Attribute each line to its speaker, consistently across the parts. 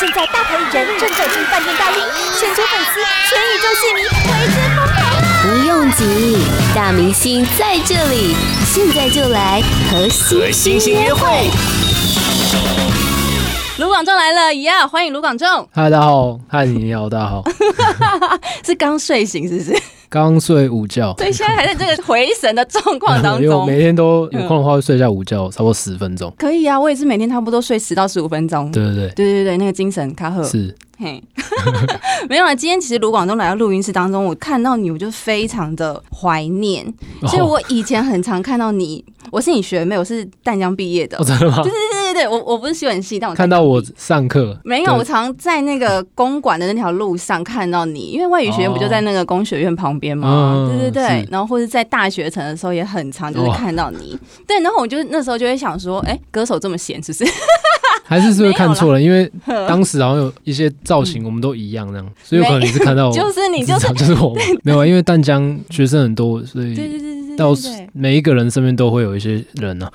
Speaker 1: 现在大牌艺人正走进饭店大厅，全球粉丝、全宇宙戏迷为之疯狂啊！
Speaker 2: 不用急，大明星在这里，现在就来和
Speaker 3: 和
Speaker 2: 星
Speaker 3: 星星约会。
Speaker 4: 卢广仲来了，呀、欢迎卢广仲，
Speaker 5: 嗨，大家好，嗨，你好，大家好，
Speaker 4: 是刚睡醒 是不是？
Speaker 5: 刚睡午觉，
Speaker 4: 所以现在还在这个回神的状况当
Speaker 5: 因为我
Speaker 4: 中嗯
Speaker 5: 每。天都有空的话会睡一下午觉，差不多十分钟。
Speaker 4: 可以啊，我也是每天差不多睡十到十五分钟。
Speaker 5: 对对
Speaker 4: 对对对，那个精神卡赫
Speaker 5: 对，是
Speaker 4: 嘿， 没有啊。今天其实卢广仲来到录音室当中，我看到你，我就非常的怀念。所以
Speaker 5: 哦
Speaker 4: 我以前很常看到你，我是你学妹，我是淡江毕业的。
Speaker 5: 哦真的吗
Speaker 4: 对？对对对对，我我不是西文系，但我
Speaker 5: 看到我上课
Speaker 4: 没有，
Speaker 5: 对
Speaker 4: 我常在那个公馆的那条路上看到你，因为外语学院不就在那个工学院旁边吗？
Speaker 5: 哦
Speaker 4: 对对对
Speaker 5: 是，哦
Speaker 4: 然后或者在大学城的时候也很常就是看到你。对，然后我就那时候就会想说，哎，歌手这么闲，是不是？
Speaker 5: 还是是
Speaker 4: 啊没
Speaker 5: 不
Speaker 4: 有
Speaker 5: 是
Speaker 4: 啦嗯
Speaker 5: 看错了？因为 当哦时好像有一些造型我们都一样那样，所以有可能你是看到我，
Speaker 4: 就是你，就
Speaker 5: 知
Speaker 4: 是
Speaker 5: 道就是 我吗，没有啊，因为淡江学生很多，所
Speaker 4: 对
Speaker 5: 以
Speaker 4: 对对对
Speaker 5: 到
Speaker 4: 对对
Speaker 5: 每一个人身边都会有一些 人啊，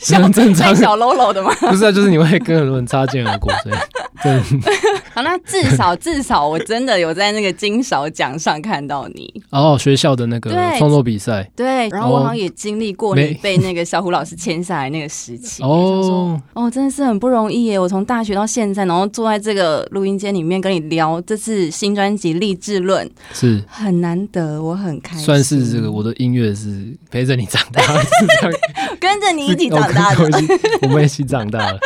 Speaker 5: 是
Speaker 4: 对，
Speaker 5: 很正常
Speaker 4: 像
Speaker 5: 的，
Speaker 4: 小喽啰的嘛。
Speaker 5: 不是啊，就是你会跟很多人擦肩而过，所以对，
Speaker 4: 好，那至少至少我真的有在那个金勺奖上看到你，
Speaker 5: 哦，学校的那个
Speaker 4: 对
Speaker 5: 创作比赛
Speaker 4: 对，然后我
Speaker 5: 哦
Speaker 4: 好像也经历过你
Speaker 5: 没
Speaker 4: 被那个小虎老师签下来那个时期。我想说
Speaker 5: 哦，
Speaker 4: 哦，真的是很不容易耶！我从大学到现在，然后坐在这个录音间里面跟你聊这次新专辑《励志论》，
Speaker 5: 是。
Speaker 4: 很难得，我很开心。
Speaker 5: 算是这个我的音乐是陪着你长大，是这样
Speaker 4: 跟着你 一起长大
Speaker 5: 我跟
Speaker 4: 的，
Speaker 5: 我一起我们一起长大了。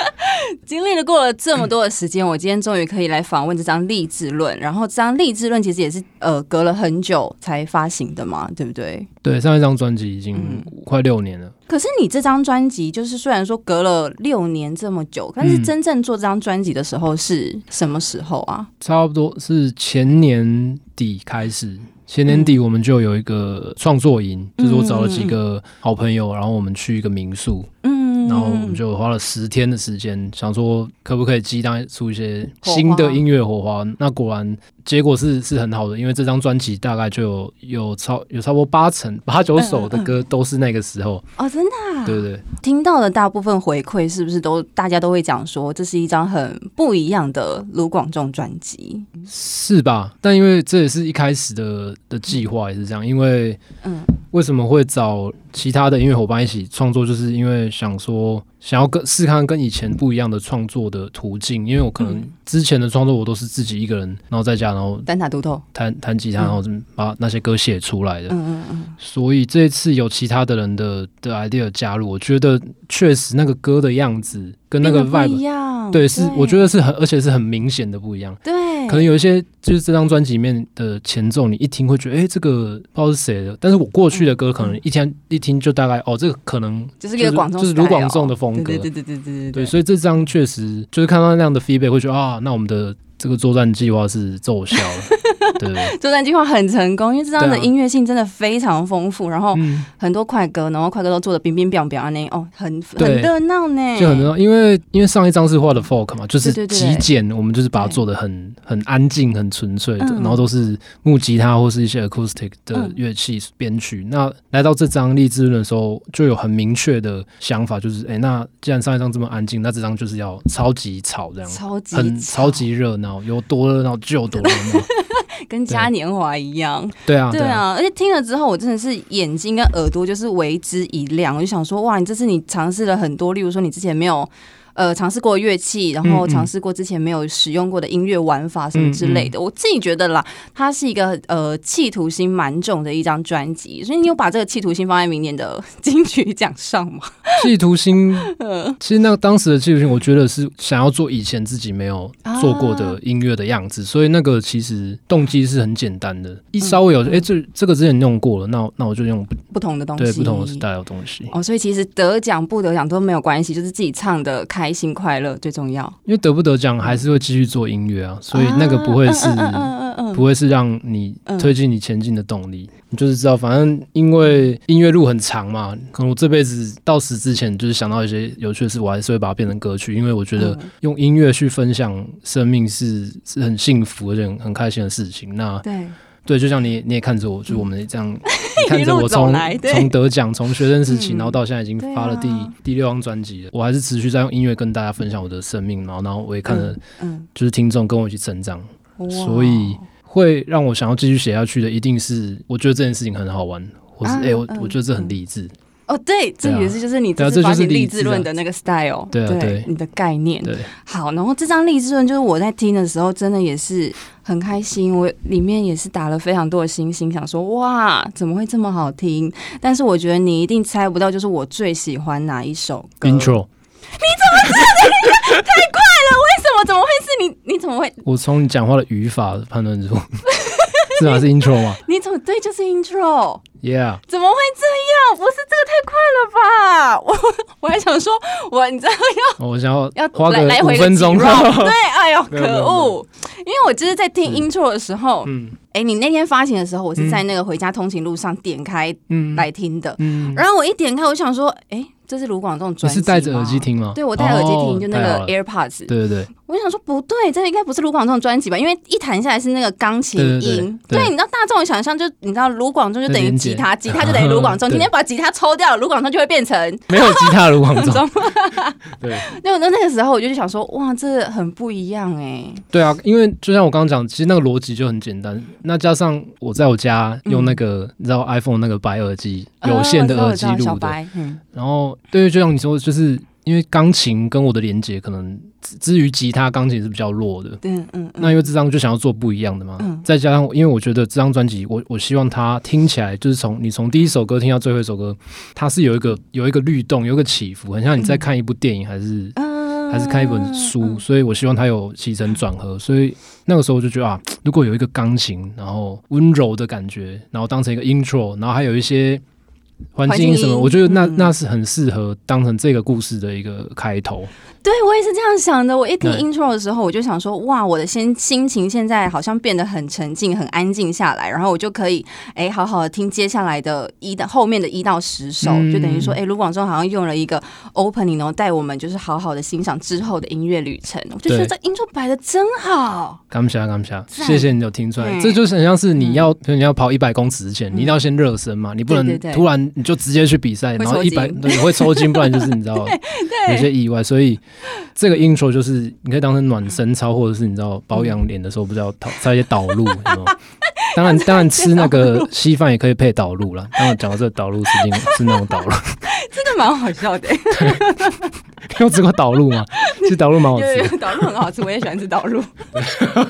Speaker 4: 经历了过了这么多的时间，我今天终于可以来访问这张《励志论》。然后这张《励志论》其实也是呃隔了很久才发行的嘛，对不对？
Speaker 5: 对，上一张专辑已
Speaker 4: 嗯
Speaker 5: 经快六年了。
Speaker 4: 可是你这张专辑，就是虽然说隔了六年这么久，但是
Speaker 5: 嗯
Speaker 4: 真正做这张专辑的时候是什么时候啊？
Speaker 5: 差不多是前年底开始，前年
Speaker 4: 嗯
Speaker 5: 底我们就有一个创作营，就是我找了几个好朋友，然后我们去一个民宿，
Speaker 4: 嗯，
Speaker 5: 然后我们就花了十天的时间，想说可不可以激荡出一些
Speaker 4: 火花
Speaker 5: 新的音乐火花。那果然结果是是很好的，因为这张专辑大概就有有超有差不多八成八九首的歌都是那个时候，
Speaker 4: 哦，真的、嗯啊，
Speaker 5: 对不对？
Speaker 4: 听到的大部分回馈是不是都大家都会讲说这是一张很不一样的卢广仲专辑？
Speaker 5: 是吧？但因为这也是一开始的的计划也是这样，因为
Speaker 4: 嗯
Speaker 5: 为什么会找其他的音乐伙伴一起创作，就是因为想说想要跟试看跟以前不一样的创作的途径，因为我可能
Speaker 4: 嗯
Speaker 5: 之前的创作我都是自己一个人，然后在家然后
Speaker 4: 单打独斗。
Speaker 5: 弹弹吉他，然后把那些歌写出来的，
Speaker 4: 嗯嗯嗯嗯，
Speaker 5: 所以这一次有其他的人的的 idea 加入，我觉得确实那个歌的样子跟那个
Speaker 4: 变得不一
Speaker 5: vibe，
Speaker 4: 样，
Speaker 5: 对，是我觉
Speaker 4: 得
Speaker 5: 得是很而且是很明显的不一样。
Speaker 4: 对，
Speaker 5: 可能有一些就是这张专辑里面的前奏，你一听会觉得，哎、这个不知道是谁的。但是我过去的歌可能一听一听就大概，哦，这个可能
Speaker 4: 就是嗯一个广众
Speaker 5: 就是
Speaker 4: style
Speaker 5: 卢广仲的风格。
Speaker 4: 对对对对对对
Speaker 5: 对所以这张确实就是看到那样的 feedback，会觉得啊，那我们的这个作战计划是奏 效了。对，
Speaker 4: 作战计划很成功，因为这张的
Speaker 5: 对啊
Speaker 4: 音乐性真的非常丰富，然后
Speaker 5: 嗯，
Speaker 4: 很多快歌，然后快歌都做的冰冰凉凉啊那哦，很很
Speaker 5: 对
Speaker 4: 热闹呢，
Speaker 5: 就很多，因为因为上一张是画的 folk 嘛，就
Speaker 4: 嗯对
Speaker 5: 是
Speaker 4: 对对
Speaker 5: 极简，我们就是把它做的很很安静、很纯粹的，
Speaker 4: 嗯
Speaker 5: 然后都是木吉他或是一些 acoustic 的
Speaker 4: 嗯
Speaker 5: 乐器编曲。那来到这张励志论的时候，就有很明确的想法，就是哎、诶那既然上一张这么安静，那这张就是要超级吵这样。
Speaker 4: 超级
Speaker 5: 很
Speaker 4: 吵
Speaker 5: 超级热闹，有多热闹就有多热闹。
Speaker 4: 跟嘉年华一样，
Speaker 5: 对啊，
Speaker 4: 对
Speaker 5: 啊，
Speaker 4: 啊，而且听了之后，我真的是眼睛跟耳朵就是为之一亮，我就想说，哇，你这次你尝试了很多，例如说你之前没有。呃，尝试过乐器，然后
Speaker 5: 嗯嗯
Speaker 4: 尝试过之前没有使用过的音乐玩法什么之类
Speaker 5: 嗯
Speaker 4: 的。我自己觉得啦，它是一个呃企图心蛮重的一张专辑，所以你有把这个企图心放在明年的金曲奖上吗？
Speaker 5: 企图心，其实那当时的企图心，我觉得是想要做以前自己没有做过
Speaker 4: 啊
Speaker 5: 的音乐的样子，所以那个其实动机是很简单的，一稍微有哎、这这个之前用过了，那那我就用不
Speaker 4: 不同的嗯东西，
Speaker 5: 对不同的 style 的东西，
Speaker 4: 哦，所以其实得奖不得奖都没有关系，就是自己唱的开心快乐最重要。
Speaker 5: 因为得不得奖还是会继续做音乐啊，所以那个不会是、
Speaker 4: 啊嗯嗯嗯嗯嗯嗯
Speaker 5: 不会是让你
Speaker 4: 嗯
Speaker 5: 推进你前进的动力，你就是知道，反正因为音乐路很长嘛，可能我这辈子到死之前，就是想到一些有趣的事，我还是会把它变成歌曲，因为我觉
Speaker 4: 嗯
Speaker 5: 得用音乐去分享生命是是很幸福而且很很开心的事情。那
Speaker 4: 对。嗯
Speaker 5: 对，就像你你也看着我，就是我们这样你看
Speaker 4: 一
Speaker 5: 着
Speaker 4: 路
Speaker 5: 我
Speaker 4: 走
Speaker 5: 从
Speaker 4: 来对
Speaker 5: 从得奖，从学生时期，
Speaker 4: 嗯
Speaker 5: 然后到现在已经
Speaker 4: 对
Speaker 5: 发了第
Speaker 4: 啊
Speaker 5: 第六张专辑了，我还是持续在用音乐跟大家分享我的生命，然后然后我也看着
Speaker 4: 嗯，
Speaker 5: 就是听众跟我一起成长，
Speaker 4: 哇
Speaker 5: 所以会让我想要继续写下去的，一定是我觉得这件事情很好玩，或是
Speaker 4: 啊
Speaker 5: 哎、我
Speaker 4: 嗯
Speaker 5: 我觉得这很励志，
Speaker 4: 哦，对，这
Speaker 5: 对啊
Speaker 4: 也是就是你这
Speaker 5: 对啊
Speaker 4: 次
Speaker 5: 这
Speaker 4: 发
Speaker 5: 就是
Speaker 4: 行
Speaker 5: 励
Speaker 4: 励
Speaker 5: 志
Speaker 4: 志论
Speaker 5: 啊
Speaker 4: 的那个 style，
Speaker 5: 对啊对
Speaker 4: 你的概念，
Speaker 5: 对，
Speaker 4: 好，然后这张励志论就是我在听的时候，真的也是很开心，我里面也是打了非常多的心心，想说哇，怎么会这么好听？但是我觉得你一定猜不到，就是我最喜欢哪一首歌
Speaker 5: intro，
Speaker 4: 为什么？怎么会是你？你怎么会？
Speaker 5: 我从你讲话的语法判断 出，这哪是 intro 吗
Speaker 4: 你怎么对？就是 intro，
Speaker 5: ？Yeah，
Speaker 4: 怎么会这样？不是这个太快了吧？ 我我还想说，我你知道
Speaker 5: 哦我想要
Speaker 4: 要
Speaker 5: 花
Speaker 4: 来
Speaker 5: 个
Speaker 4: 来
Speaker 5: 五
Speaker 4: 回个
Speaker 5: 分
Speaker 4: 几
Speaker 5: 钟
Speaker 4: round，，对， 哎呦，
Speaker 5: 没有没有
Speaker 4: 可恶！因为我就是在听 intro 的时候，
Speaker 5: 嗯
Speaker 4: 哎、你那天发行的时候，我是在那个回家通勤路上点开
Speaker 5: 嗯，
Speaker 4: 来听的。
Speaker 5: 嗯，
Speaker 4: 然后我一点开，我想说，哎、这是卢广仲
Speaker 5: 你
Speaker 4: 专辑
Speaker 5: 是
Speaker 4: 吗
Speaker 5: 戴着耳机，听吗？
Speaker 4: 对我戴耳机听，
Speaker 5: 哦
Speaker 4: 就那
Speaker 5: 太
Speaker 4: 个
Speaker 5: 好了
Speaker 4: AirPods。
Speaker 5: 对对对，
Speaker 4: 我想说不对，这应该不是卢广仲专辑吧？因为一弹下来是那个钢琴
Speaker 5: 对对对
Speaker 4: 音，
Speaker 5: 对
Speaker 4: 你知道大众的想象就你知道卢广仲就等于
Speaker 5: 连接
Speaker 4: 吉他，吉他就 等于卢广仲。
Speaker 5: 对
Speaker 4: 今天把吉他抽掉，卢广仲就会变成。
Speaker 5: 没有吉他的卢广
Speaker 4: 中
Speaker 5: 仲， 对
Speaker 4: 那我那那个时候我就想说，哇，这很不一样哎、
Speaker 5: 对啊，因为就像我刚刚讲，其实那个逻辑就很简单。那加上我在我家
Speaker 4: 嗯
Speaker 5: 用那个，你知道 iPhone 那个白耳机，有线的
Speaker 4: 哦
Speaker 5: 耳
Speaker 4: 我知
Speaker 5: 机
Speaker 4: 道我知道
Speaker 5: 录
Speaker 4: 小
Speaker 5: 的。
Speaker 4: 白，嗯，
Speaker 5: 然后，对，就像你说，就是因为钢琴跟我的连接，可能之之于吉他，钢琴是比较弱的。
Speaker 4: 对，嗯嗯，
Speaker 5: 那因为这张就想要做不一样的嘛，
Speaker 4: 嗯
Speaker 5: 再加上因为我觉得这张专辑，我我希望它听起来就是从你从第一首歌听到最后一首歌，它是有一个有一个律动，有一个起伏，很像你在看一部电影还是、
Speaker 4: 嗯
Speaker 5: 还是看一本书，
Speaker 4: 嗯
Speaker 5: 所以我希望它有起承转合。所以那个时候我就觉得啊，如果有一个钢琴，然后温柔的感觉，然后当成一个 intro，然后还有一些。环境音什么？
Speaker 4: 环境音
Speaker 5: 我觉得那
Speaker 4: 嗯
Speaker 5: 那是很适合当成这个故事的一个开头。
Speaker 4: 对我也是这样想的。我一听
Speaker 5: 对
Speaker 4: intro 的时候，我就想说，哇，我的心心情现在好像变得很沉静、很安静下来，然后我就可以哎，好好的听接下来的一到后面的一到十首，
Speaker 5: 嗯
Speaker 4: 就等于说，哎，卢广仲好像用了一个 opening，然后带我们就是好好的欣赏之后的音乐旅程。我就觉得这
Speaker 5: 对
Speaker 4: intro 摆的真好，
Speaker 5: 感谢感谢，
Speaker 4: 赞
Speaker 5: 谢谢你有听出来，
Speaker 4: 对
Speaker 5: 这就是很像是你要，比如你要跑一百公尺之前，
Speaker 4: 嗯
Speaker 5: 你一定要先热身嘛，你不
Speaker 4: 对
Speaker 5: 能
Speaker 4: 对对
Speaker 5: 突然你就直接去比赛，
Speaker 4: 会
Speaker 5: 然后
Speaker 4: 抽
Speaker 5: 一
Speaker 4: 筋
Speaker 5: 百对会抽筋，不然就是 你知道有些意外，所以这个 intro 就是你可以当成暖身操，或者是你知道保养脸的时候不是要导擦一些导 入，有没有当然，当然吃那个稀饭也可以配导入啦。当然讲到这个导入是另是那种导入，
Speaker 4: 真的蛮好笑的。
Speaker 5: 你有吃过导入吗？其实导入蛮好
Speaker 4: 有
Speaker 5: 吃
Speaker 4: 有
Speaker 5: 的，
Speaker 4: 有导入很好吃，我也喜欢吃导入。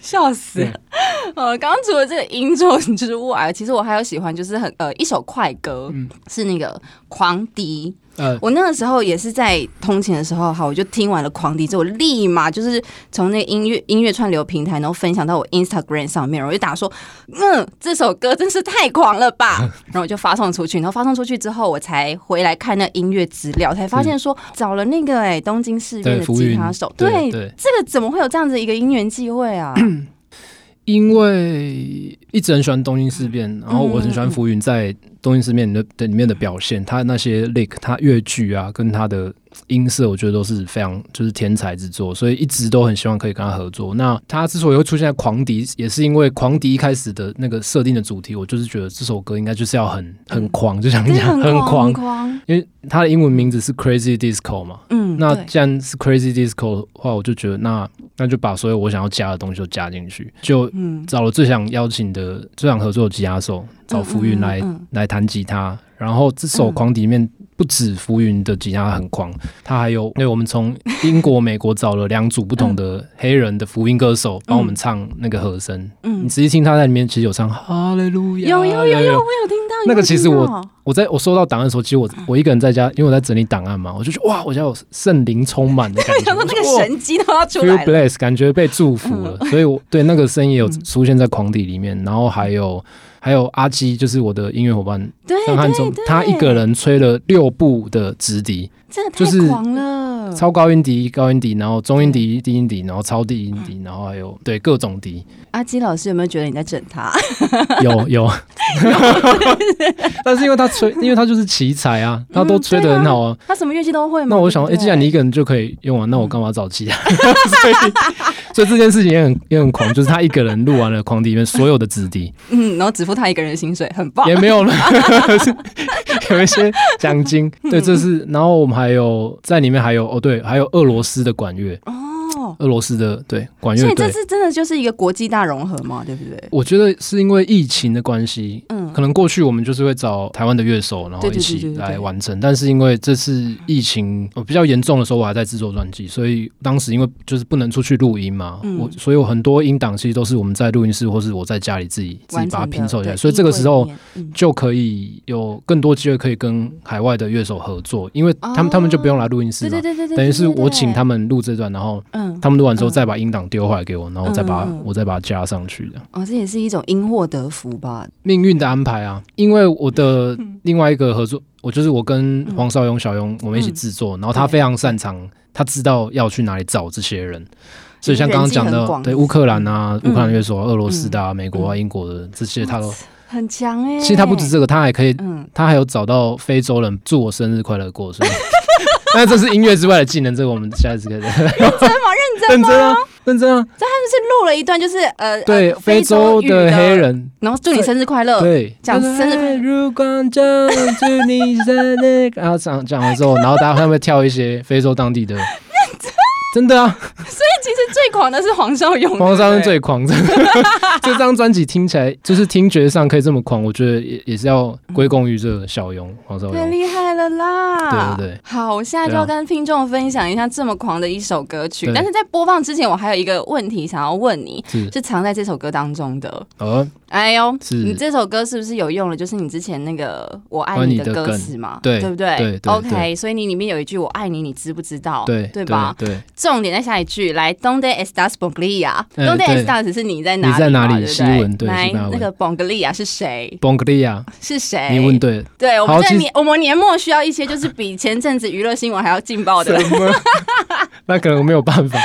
Speaker 4: 笑死！呃，刚刚除了这个音奏之外，其实我还有喜欢，就是很呃一首快歌，
Speaker 5: 嗯
Speaker 4: 是那个《狂迪》。
Speaker 5: 呃，
Speaker 4: 我那个时候也是在通勤的时候，好，我就听完了《狂迪》之后，我立马就是从那个音乐音乐串流平台，然后分享到我 Instagram 上面，然后我就打说，嗯，这首歌真是太狂了 吧，然后我就发送出去，然后发送出去之后，我才回来看那音乐资料，才发现说找了那个哎、东京市院
Speaker 5: 嗯对，
Speaker 4: 的
Speaker 5: 浮
Speaker 4: 吉
Speaker 5: 云
Speaker 4: 他手，，
Speaker 5: 对对。
Speaker 4: 这个怎么会有这样子一个因缘际会啊？
Speaker 5: 因为一直很喜欢东京事变，然后我很喜欢浮云在东京事变的的里面的表现，他那些 lick，他乐句啊，跟他的音色，我觉得都是非常就是天才之作，所以一直都很希望可以跟他合作。那他之所以会出现在狂迪，也是因为狂迪一开始的那个设定的主题，我就是觉得这首歌应该就是要很 很狂，就像
Speaker 4: 真
Speaker 5: 你
Speaker 4: 的
Speaker 5: 讲
Speaker 4: 很
Speaker 5: 狂
Speaker 4: 很，狂，
Speaker 5: 因为他的英文名字是 Crazy Disco 嘛，
Speaker 4: 嗯，
Speaker 5: 那
Speaker 4: 对
Speaker 5: 既然是 Crazy Disco 的话，我就觉得那那就把所有我想要加的东西都加进去，就
Speaker 4: 嗯
Speaker 5: 找了最想邀请的、最想合作的吉他手，找浮云来、
Speaker 4: 嗯嗯嗯
Speaker 5: 来弹吉他。然后这首
Speaker 4: 嗯
Speaker 5: 《狂迪》里面不止浮云的吉他很狂，他还有，因为我们从英国、美国找了两组不同的黑人的福音歌手帮我们唱那个和声。
Speaker 4: 嗯
Speaker 5: 你，仔细听，他在里面其实有唱哈利路亚，
Speaker 4: 有有有有，我有听到
Speaker 5: 那个其实我
Speaker 4: 有听到
Speaker 5: 我在我收到档案的时候，其实我
Speaker 4: 嗯
Speaker 5: 我一个人在家，因为我在整理档案嘛，我就觉得哇，我家有圣灵充满的感觉，
Speaker 4: 想说那个
Speaker 5: 我就
Speaker 4: 神机都要出
Speaker 5: 哇 feel
Speaker 4: 来了。嗯
Speaker 5: blessed，感觉被祝福了，所以我对那个声音也 有出现在狂底里面，然后还有还有阿基，就是我的音乐伙伴
Speaker 4: 对
Speaker 5: 张汉忠
Speaker 4: 对，
Speaker 5: 他一个人吹了六部的直笛，
Speaker 4: 真的
Speaker 5: 就
Speaker 4: 太
Speaker 5: 是
Speaker 4: 狂了，
Speaker 5: 超高音笛、高音笛，然后中音笛、低音笛，然后超低音
Speaker 4: 嗯
Speaker 5: 笛，然后还有对各种 笛，
Speaker 4: 阿基老师有没有觉得你在整 他？
Speaker 5: 有有， 但是因为他吹，因为他就是奇才啊，他都吹得很好啊。
Speaker 4: 他什么乐器都会吗？
Speaker 5: 那我想，哎、
Speaker 4: 哎，
Speaker 5: 啊 既然你一个人就可以用完，那我干嘛找其他？所以，所以这件事情也很也很狂，就是他一个人录完了狂迪里面所有的子弟，
Speaker 4: 嗯，然后只付他一个人的薪水，很棒
Speaker 5: 也。没有了，有一些奖金。对，这是，
Speaker 4: 嗯
Speaker 5: 然后我们还有在里面还有哦，对，还有俄罗斯的管乐，
Speaker 4: 哦，
Speaker 5: 俄罗斯的对管
Speaker 4: 所
Speaker 5: 乐
Speaker 4: 以这
Speaker 5: 队。
Speaker 4: 次真的就是一个国际大融合嘛，对不对？
Speaker 5: 我觉得是因为疫情的关系，
Speaker 4: 嗯
Speaker 5: 可能过去我们就是会找台湾的乐手，然后
Speaker 4: 对对
Speaker 5: 一
Speaker 4: 对
Speaker 5: 起
Speaker 4: 对对
Speaker 5: 来完成。但是因为这次疫情呃比较严重的时候，我还在制作专辑，所以当时因为就是不能出去录音嘛，
Speaker 4: 嗯
Speaker 5: 我所以有很多音档其实都是我们在录音室或是我在家里自己自己
Speaker 4: 完
Speaker 5: 把
Speaker 4: 整
Speaker 5: 它
Speaker 4: 的
Speaker 5: 拼凑起来，
Speaker 4: 对
Speaker 5: 所以这个时候
Speaker 4: 音。轨里面嗯
Speaker 5: 就可以有更多机会可以跟海外的乐手合作，因为他们、
Speaker 4: 哦
Speaker 5: 他们就不用来录音室
Speaker 4: 嗯对
Speaker 5: 嘛，
Speaker 4: 对对对对，
Speaker 5: 等于是
Speaker 4: 对对
Speaker 5: 我请他
Speaker 4: 对
Speaker 5: 们录这段，然后
Speaker 4: 嗯，
Speaker 5: 他们录完之后
Speaker 4: 嗯
Speaker 5: 再把音档丢回来给我，然后再把、
Speaker 4: 嗯嗯嗯
Speaker 5: 我再把它加上去的。
Speaker 4: 哦，这也是一种因祸得福吧？
Speaker 5: 命运的安排啊，因为我的
Speaker 4: 嗯
Speaker 5: 另外一个合作，我就是我跟黄少勇、小勇我们一起制
Speaker 4: 嗯
Speaker 5: 作，然后他非常擅长，他知道要去哪里找这些人。所以像刚刚讲
Speaker 4: 人际很
Speaker 5: 的，
Speaker 4: 广
Speaker 5: 对乌克兰啊、
Speaker 4: 嗯
Speaker 5: 乌克兰乐手啊、俄罗斯的啊、美国啊、英国的这些，他都
Speaker 4: 很强哎、
Speaker 5: 其实他不止这个，他还可以
Speaker 4: 嗯，
Speaker 5: 他还有找到非洲人祝我生日快乐过，所以 那这是音乐之外的技能，这个我们下一次可以再
Speaker 4: 真的吗？ 认真
Speaker 5: 认
Speaker 4: 吗？
Speaker 5: 真啊，认真啊，
Speaker 4: 他们是录了一段，就是呃，
Speaker 5: 对
Speaker 4: 呃
Speaker 5: 非洲
Speaker 4: 语
Speaker 5: 的黑，人。
Speaker 4: 然后祝你生日快乐，
Speaker 5: 对，
Speaker 4: 呃讲生日快乐
Speaker 5: 如光照，祝你生日。 然后讲讲完之后，然后大家他们会跳一些非洲当 地的，真的啊，
Speaker 4: 其实最狂的是黄少勇，
Speaker 5: 黄山
Speaker 4: 对不对
Speaker 5: 最狂。真的 这张专辑听起来就是听觉上可以这么狂，我觉得也也是要归功于这个小勇黄少
Speaker 4: 太
Speaker 5: 勇。
Speaker 4: 厉害了啦！
Speaker 5: 对对对。
Speaker 4: 好，我现在就要跟听众分享一下这么狂的一首歌曲。
Speaker 5: 对
Speaker 4: 但是在播放之前，我还有一个问题想要问你，
Speaker 5: 是
Speaker 4: 是藏在这首歌当中的。
Speaker 5: 哦，
Speaker 4: 哎呦，
Speaker 5: 是
Speaker 4: 你这首歌是不是有用了？就是你之前那个“我爱
Speaker 5: 关
Speaker 4: 你”
Speaker 5: 你的
Speaker 4: 的歌
Speaker 5: 梗
Speaker 4: 词嘛，
Speaker 5: 对
Speaker 4: 不对？
Speaker 5: 对对
Speaker 4: OK，
Speaker 5: 对
Speaker 4: 所以你里面有一句“我爱你”，你知不知道？
Speaker 5: 对
Speaker 4: 对吧？
Speaker 5: 对，
Speaker 4: 重点在下一句，来，Donde estás Bonglia？Donde、
Speaker 5: 嗯对
Speaker 4: estás 是你在哪里嘛？
Speaker 5: 你在哪里
Speaker 4: 对不对
Speaker 5: 西文对
Speaker 4: 来
Speaker 5: 西班牙，
Speaker 4: 那
Speaker 5: 文
Speaker 4: 个 Bonglia 是谁？
Speaker 5: 崩格利亚，
Speaker 4: 是谁？
Speaker 5: 你问对了。
Speaker 4: 对，我
Speaker 5: 好
Speaker 4: 们在
Speaker 5: 其实
Speaker 4: 年我们年末需要一些就是比前阵子娱乐新闻还要劲爆的。
Speaker 5: 么？那可能我没有办法。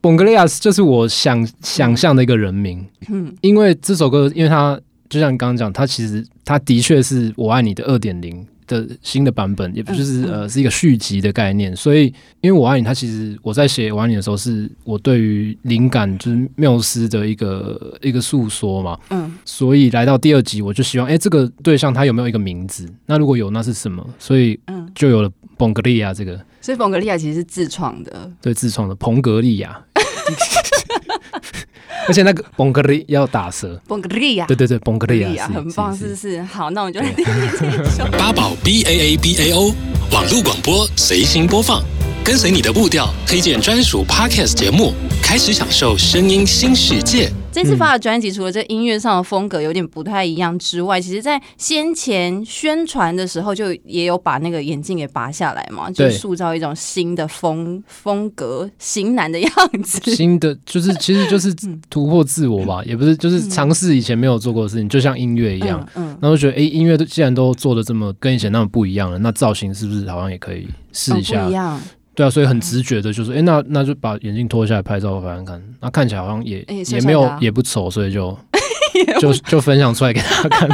Speaker 5: 本格利亚斯就是我想想象的一个人名，
Speaker 4: 嗯
Speaker 5: 因为这首歌，因为它就像你刚刚讲，它其实它的确是我爱你的二点零的新的版本，也不就是、
Speaker 4: 嗯嗯
Speaker 5: 呃是一个续集的概念，所以因为我爱你，它其实我在写我爱你的时候，是我对于灵感就是缪斯的一个一个诉说嘛，
Speaker 4: 嗯，
Speaker 5: 所以来到第二集，我就希望，哎、这个对象他有没有一个名字？那如果有，那是什么？所以
Speaker 4: 嗯
Speaker 5: 就有了本格利亚这个
Speaker 4: 所以冯格利亚其实是自创的。
Speaker 5: 对自创的彭格利亚， 而且那个彭格利要打舌，
Speaker 4: 冯格利亚，
Speaker 5: 对对对，彭格
Speaker 4: 冯
Speaker 5: 利
Speaker 4: 格利
Speaker 5: 亚
Speaker 4: 亚
Speaker 5: 是
Speaker 4: 很棒，是不
Speaker 5: 是
Speaker 4: 是？好，那我们就来听这一首。
Speaker 3: 八宝 B A A B A O 网络广播随心播放，跟随你的步调，推荐专属 Podcast 节目，开始享受声音新世界。
Speaker 4: 这次发的专辑，除了这音乐上的风格有点不太一样之外，其实在先前宣传的时候，就也有把那个眼镜给拔下来嘛，就
Speaker 5: 对
Speaker 4: 塑造一种新的风风格型男的样子。
Speaker 5: 新的，就是其实就是
Speaker 4: 嗯
Speaker 5: 突破自我吧，也不是就是尝试以前没有做过的事情，就像音乐一样。
Speaker 4: 嗯，
Speaker 5: 然后觉得，哎、音乐都既然都做的这么跟以前那么不一样了，那造型是不是好像也可以试
Speaker 4: 嗯
Speaker 5: 一下？
Speaker 4: 哦不一样。
Speaker 5: 对啊，所以很直觉的就是，哎、那那就把眼镜脱下来拍照给大家看，那看起来好像也、
Speaker 4: 诶帅帅
Speaker 5: 也
Speaker 4: 的啊
Speaker 5: 没有也不丑，所 以就就就分享出来给大家看。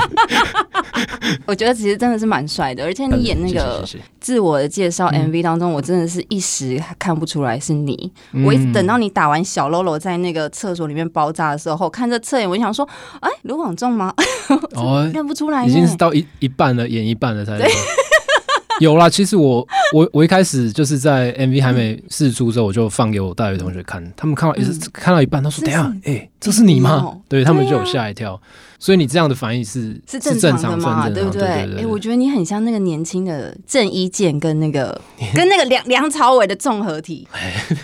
Speaker 4: 我觉得其实真的是蛮帅的，而且你演那个
Speaker 5: 谢谢谢谢
Speaker 4: 自我的介绍
Speaker 5: 嗯
Speaker 4: MV 当中，我真的是一时看不出来是你。
Speaker 5: 嗯
Speaker 4: 我一直等到你打完小喽啰在那个厕所里面爆炸的时候，看这侧影，我就想说，哎，卢广仲吗？
Speaker 5: 哦，
Speaker 4: 认不出来耶，
Speaker 5: 已经是到一一半了，演一半了才说。 有啦，其实我我我一开始就是在 MV 还没
Speaker 4: 嗯
Speaker 5: 试出之后，我就放给我大学同学看，他们看到也是看到一半，他说：“
Speaker 4: 这
Speaker 5: 等
Speaker 4: 是
Speaker 5: 一下，哎，这是你
Speaker 4: 你
Speaker 5: 吗
Speaker 4: 哦？”
Speaker 5: 对他们就
Speaker 4: 对啊
Speaker 5: 有吓一跳。所以你这样的反应是
Speaker 4: 是
Speaker 5: 正
Speaker 4: 正常的
Speaker 5: 算正
Speaker 4: 嘛，
Speaker 5: 常
Speaker 4: 不对？
Speaker 5: 对？
Speaker 4: 哎，我觉得你很像那个年轻的郑伊健跟那 个跟那个梁梁朝伟的综合体，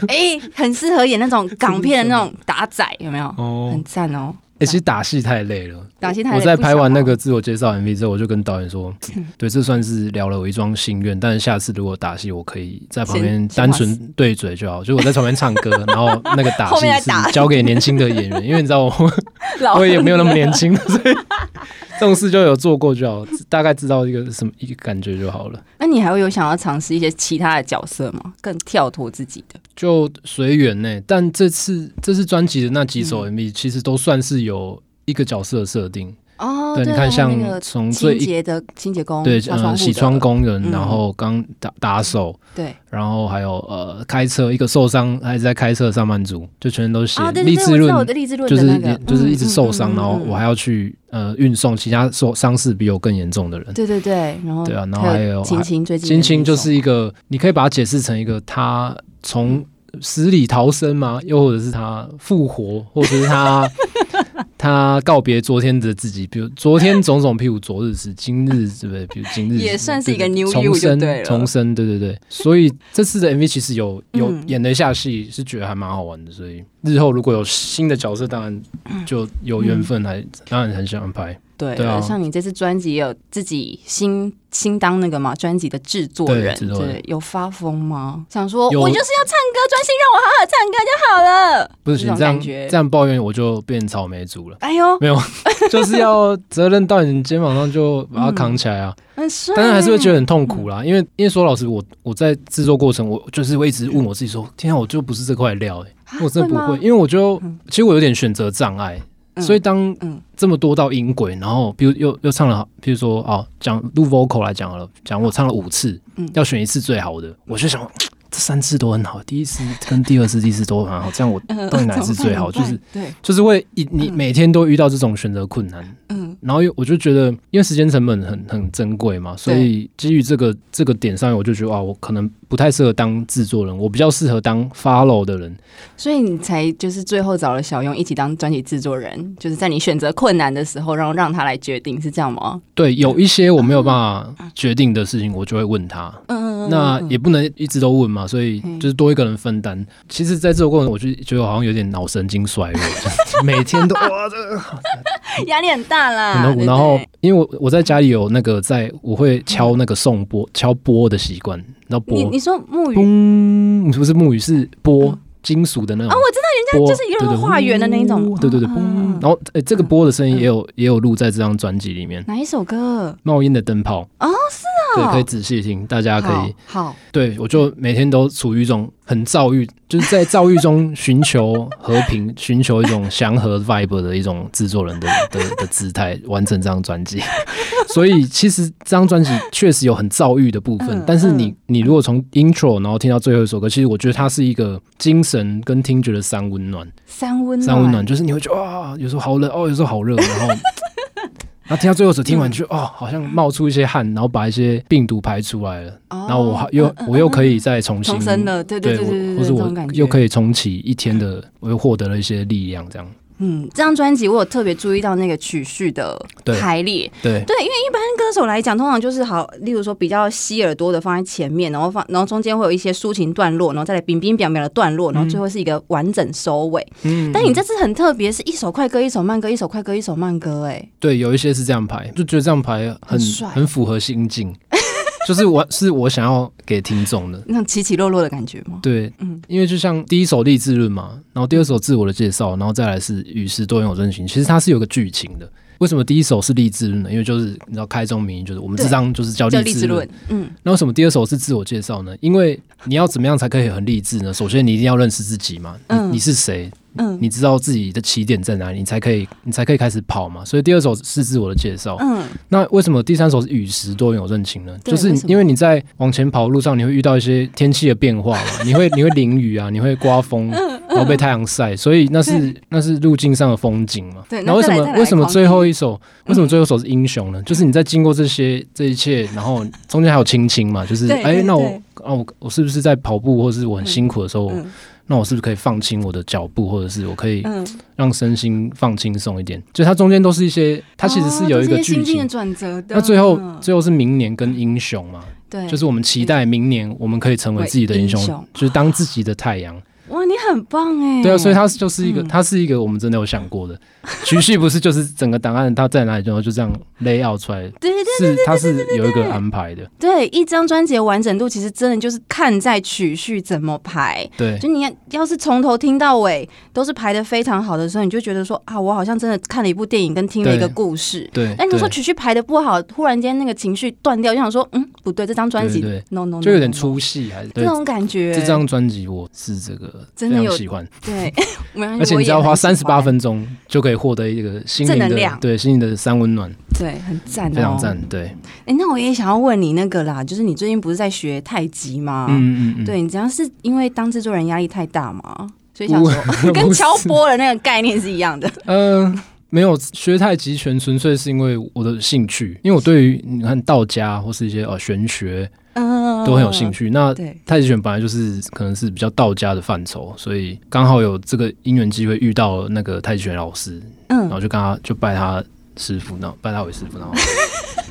Speaker 4: 哎，很适合演那种港片的那种打仔，有没有？
Speaker 5: 哦
Speaker 4: 很赞哦。
Speaker 5: 哎、其实打戏太累了。
Speaker 4: 打戏太累
Speaker 5: 我在
Speaker 4: 不小
Speaker 5: 拍完那
Speaker 4: 啊嗯
Speaker 5: 个自我介绍 MV 之后，我就跟导演说，对，这算是了了我一桩心愿。但是下次如果打戏，我可以在旁边
Speaker 4: 先先
Speaker 5: 单纯对嘴就好，就我在旁边唱 歌，然后那个打
Speaker 4: 后
Speaker 5: 戏
Speaker 4: 面再打
Speaker 5: 是交给年轻的演 员，因为你知道我
Speaker 4: 老
Speaker 5: 我也没有那么年轻，所以 这种事就有做过就好，大概知道一个什么一个感觉就好了。
Speaker 4: 那你还会有想要尝试一些其他的角色吗？更跳脱自己的？
Speaker 5: 就随缘呢。
Speaker 4: 嗯
Speaker 5: 但这次这次专辑的那几首 MV 其实都算是有一个角色的设定，
Speaker 4: 哦，
Speaker 5: 对，你看像从最
Speaker 4: 清
Speaker 5: 一
Speaker 4: 洁的清洁工，
Speaker 5: 对，
Speaker 4: 刷窗户
Speaker 5: 嗯，
Speaker 4: 的
Speaker 5: 洗窗，工人，
Speaker 4: 嗯
Speaker 5: 然后刚打打手，
Speaker 4: 对，
Speaker 5: 然后还有呃开车，一个受伤还是在开车的上班族，就全都写
Speaker 4: 哦，对对
Speaker 5: 励
Speaker 4: 对，
Speaker 5: 志
Speaker 4: 我知道我
Speaker 5: 论
Speaker 4: 的，励志论
Speaker 5: 就
Speaker 4: 的
Speaker 5: 是
Speaker 4: 那个
Speaker 5: 也，就是一直
Speaker 4: 嗯
Speaker 5: 受伤，然后
Speaker 4: 嗯
Speaker 5: 我。
Speaker 4: 嗯嗯嗯
Speaker 5: 还要去呃运送其他受伤势比我更严重的人。
Speaker 4: 对对对，然后
Speaker 5: 对啊然后还有
Speaker 4: 青青最近
Speaker 5: 亲
Speaker 4: 的
Speaker 5: 亲
Speaker 4: 那
Speaker 5: 就
Speaker 4: 种
Speaker 5: 是一个，你可以把它解释成一个他从死里逃生吗？又或者是他复活，或者是 他他告别昨天的自己，比如昨天种种，譬如昨日是今日，对不对？比如今日
Speaker 4: 也算是一个
Speaker 5: 对对
Speaker 4: new
Speaker 5: 重
Speaker 4: you 就
Speaker 5: 生
Speaker 4: 对了
Speaker 5: 重生，对对对。所以这次的 MV 其实有有
Speaker 4: 嗯
Speaker 5: 演了一下戏，是觉得还蛮好玩的。所以日后如果有新的角色，当然就有缘分，还当然很想安排。
Speaker 4: 对
Speaker 5: 对啊
Speaker 4: 像你这次专辑也有自己新新当那个嘛，专辑的制作人，
Speaker 5: 对制作人
Speaker 4: 有发疯吗？想说
Speaker 5: 有
Speaker 4: 我就是要唱歌，专心让我好好唱歌就好了。
Speaker 5: 不是
Speaker 4: 这
Speaker 5: 你
Speaker 4: 种
Speaker 5: 这样
Speaker 4: 感觉
Speaker 5: 这样抱怨，我就变草莓族了。
Speaker 4: 哎呦，
Speaker 5: 没有，就是要责任到你肩膀上就把它扛起来啊。
Speaker 4: 很帅，
Speaker 5: 但是还是会觉
Speaker 4: 得
Speaker 5: 得很痛苦啦，因为因为说老实，我我在制作过程，我就是会一直问我自己说：天啊，我就不是这块料、欸，
Speaker 4: 啊
Speaker 5: 我真的不会，嗯因为我就其实我有点选择障碍。
Speaker 4: 嗯
Speaker 5: 所以当
Speaker 4: 嗯
Speaker 5: 这么多道音轨，然后比如又又唱了，比如说哦，讲录 vocal 来讲好了，讲我唱了五次，
Speaker 4: 嗯
Speaker 5: 要选一次最好的，我就想这三次都很好，第一次跟第二次、第四次都很好，这样我
Speaker 4: 嗯
Speaker 5: 到底 哪一次最好？就是
Speaker 4: 对，
Speaker 5: 就是会一你每天都遇到这种选择困难，
Speaker 4: 嗯，
Speaker 5: 然后又我就觉得，因为时间成本很很珍贵嘛，所以基于这个这个点上，我就觉得啊，我可能不太适合当制作人，我比较适合当 follow 的人。
Speaker 4: 所以你才就是最后找了小勇一起当专辑制作人，就是在你选择困难的时候，然后让他来决定，是这样吗？
Speaker 5: 对，有一些我没有办法决定的事情，我就会问他。
Speaker 4: 啊嗯嗯
Speaker 5: 那也不能一直都问嘛，所以
Speaker 4: 嗯
Speaker 5: 就是多一个人分担。其实，在这个过程，我就觉得我好像有点脑神经衰弱， 就是每天都哇，这个
Speaker 4: 压力很大啦。啊
Speaker 5: 然
Speaker 4: 对
Speaker 5: 后，
Speaker 4: 不
Speaker 5: 然后
Speaker 4: 对
Speaker 5: 因为我我在家里有那个在，我会敲那个送波敲波的习惯，然后
Speaker 4: 你
Speaker 5: 波
Speaker 4: 你说木鱼
Speaker 5: 嘣，不是木鱼是波金属的那种
Speaker 4: 啊，我知道人
Speaker 5: 波，
Speaker 4: 家就是有
Speaker 5: 对
Speaker 4: 点
Speaker 5: 对
Speaker 4: 化缘的那一种
Speaker 5: 呜，对对对，
Speaker 4: 嗯
Speaker 5: 嘣
Speaker 4: 嗯嗯。
Speaker 5: 然后呃，这个波的声音也有也有录在这张专辑里面，
Speaker 4: 哪一首歌？
Speaker 5: 冒烟的灯泡
Speaker 4: 哦，
Speaker 5: 是对，可以仔细听，大家可以。
Speaker 4: 好，好
Speaker 5: 对我就每天都处于一种很躁郁，就是在躁郁中寻求和平，寻求一种祥和 vibe 的一种制作人的 的的姿态，完成这张专辑。 所以其实这张专辑确实有很躁郁的部分，
Speaker 4: 嗯
Speaker 5: 但是你
Speaker 4: 嗯
Speaker 5: 你如果从 intro 然后听到最后一首歌，其实我觉得它是一个精神跟听觉的三温暖。
Speaker 4: 三温
Speaker 5: 三温暖就是你会觉得哇，有时候好冷哦，有时候好热，然后。 然后听到最后一首，听完就哦，好像冒出一些汗，然后把一些病毒排出来了，
Speaker 4: 哦
Speaker 5: 然后我还又
Speaker 4: 嗯嗯
Speaker 5: 我又可以再重新
Speaker 4: 重生了，对对
Speaker 5: 对
Speaker 4: 对
Speaker 5: 我
Speaker 4: 对对，
Speaker 5: 或者
Speaker 4: 这种感
Speaker 5: 我
Speaker 4: 觉
Speaker 5: 又可以重启一天的，我又获得了一些力量，这样
Speaker 4: 嗯，这张专辑我有特别注意到那个曲序的
Speaker 5: 对
Speaker 4: 排列。
Speaker 5: 对
Speaker 4: 对，因为一般歌手来讲，通常就是好，例如说比较吸耳朵的放在前面，然后放，然后中间会有一些抒情段落，然后再来冰冰表表的段落，然后最后是一个完整收尾。
Speaker 5: 嗯
Speaker 4: 但你这次很特别，是一首快歌，一首慢歌，一首快歌，一首慢歌、哎，
Speaker 5: 嗯对，有一些是这样排，就觉得这样排很
Speaker 4: 很帅
Speaker 5: 很符合心境， 就是我是我想要给听众的。
Speaker 4: 那种起起落落的感觉吗？
Speaker 5: 对，
Speaker 4: 嗯
Speaker 5: 因为就像第一首励志论嘛，然后第二首自我的介绍，然后再来是与时多拥有真情，其实它是有个剧情的。为什么第一首是励志论呢？因为就是你知道开宗明义就是我们
Speaker 4: 对
Speaker 5: 这张就是叫
Speaker 4: 叫
Speaker 5: 励
Speaker 4: 励
Speaker 5: 志
Speaker 4: 志
Speaker 5: 论
Speaker 4: 论，，嗯，
Speaker 5: 那为什么第二首是自我介绍呢？因为你要怎么样才可以很励志呢？首先，你一定要认识自己嘛，你
Speaker 4: 嗯
Speaker 5: 你是谁？
Speaker 4: 嗯
Speaker 5: 你知道自己的起点在哪里，你才可以，你才可以开始跑嘛。所以第二首是自我的介绍。
Speaker 4: 嗯，
Speaker 5: 那为什么第三首是与时多有认情呢？
Speaker 4: 对
Speaker 5: 就是
Speaker 4: 为什么
Speaker 5: 因为你在往前跑路上，你会遇到一些天气的变化嘛， 你会你会淋雨啊，你会刮风，
Speaker 4: 嗯
Speaker 5: 然后被太阳晒，所以那是那是路径上的风景嘛。
Speaker 4: 对
Speaker 5: 然后为什
Speaker 4: 那再来
Speaker 5: 么
Speaker 4: 再来
Speaker 5: 为什么
Speaker 4: 狂嗯
Speaker 5: 最后一首为什么最后一首是英雄呢？就是你在经过这些这一切，然后中间还有亲亲嘛，就是
Speaker 4: 对
Speaker 5: 哎，
Speaker 4: 对
Speaker 5: 那我
Speaker 4: 对
Speaker 5: 啊我我是不是在跑步，或是我很辛苦的时候，我
Speaker 4: 嗯
Speaker 5: 那我是不是可以放轻我的脚步，或者是我可以
Speaker 4: 嗯
Speaker 5: 让身心放轻松一点？就它中间都是一些，它其实是有一
Speaker 4: 哦这
Speaker 5: 个
Speaker 4: 些
Speaker 5: 剧
Speaker 4: 心境
Speaker 5: 情
Speaker 4: 的。转折的。
Speaker 5: 那最后
Speaker 4: 嗯，
Speaker 5: 最后是明年跟英雄嘛，
Speaker 4: 对，
Speaker 5: 就是我们期待明年我们可以成为自己的英雄
Speaker 4: 为英雄，
Speaker 5: 就是当自己的太阳。
Speaker 4: 哇，你很棒哎。
Speaker 5: 对啊，所以它就是一个，
Speaker 4: 嗯
Speaker 5: 它是一个我们真的有想过的。曲序不是就是整个档案它在哪里，然后就这样 lay out 出来，
Speaker 4: 对对对
Speaker 5: 是它是有一个安排的。
Speaker 4: 对，一张专辑的完整度其实真的就是看在曲序怎么排。
Speaker 5: 对
Speaker 4: 就你要要是从头听到尾都是排的非常好的时候，你就觉得说啊，我好像真的看了一部电影跟听了一个
Speaker 5: 对
Speaker 4: 故事。
Speaker 5: 对，
Speaker 4: 哎但你说
Speaker 5: 对
Speaker 4: 曲序排的不好，忽然间那个情绪断掉，就想说嗯不对，这张专辑
Speaker 5: 对对
Speaker 4: no no no，
Speaker 5: 就有点
Speaker 4: no，no，
Speaker 5: 出戏，还是对
Speaker 4: 这种感觉。
Speaker 5: 这张专辑我是这个歌，
Speaker 4: 真
Speaker 5: 非
Speaker 4: 的
Speaker 5: 常
Speaker 4: 有
Speaker 5: 喜欢，
Speaker 4: 对，没关系
Speaker 5: 而且你只要
Speaker 4: 我也
Speaker 5: 花
Speaker 4: 很喜
Speaker 5: 三
Speaker 4: 欢
Speaker 5: 十八分钟就可以获得一个心灵
Speaker 4: 正能
Speaker 5: 的
Speaker 4: 量
Speaker 5: 对心灵的三温暖，
Speaker 4: 对，很赞、哦，
Speaker 5: 非常赞。。对，
Speaker 4: 哎、那我也想要问你那个啦，就是你最近不是在学太极吗？
Speaker 5: 嗯嗯嗯，
Speaker 4: 对你这样是因为当制作人压力太大嘛，所以想说
Speaker 5: 不
Speaker 4: 跟
Speaker 5: 是
Speaker 4: 敲波的那个概念是一样的。
Speaker 5: 嗯，没有学太极拳，纯粹是因为我的兴趣，因为我对于你看道家或是一些呃玄学
Speaker 4: 嗯，
Speaker 5: 都很有兴。趣。那
Speaker 4: 对
Speaker 5: 太极拳本来就是可能是比较道家的范畴，所以刚好有这个因缘机会遇到那个太极拳老师，然
Speaker 4: 嗯，
Speaker 5: 后就跟他就拜他师傅，然后拜他为师傅，然后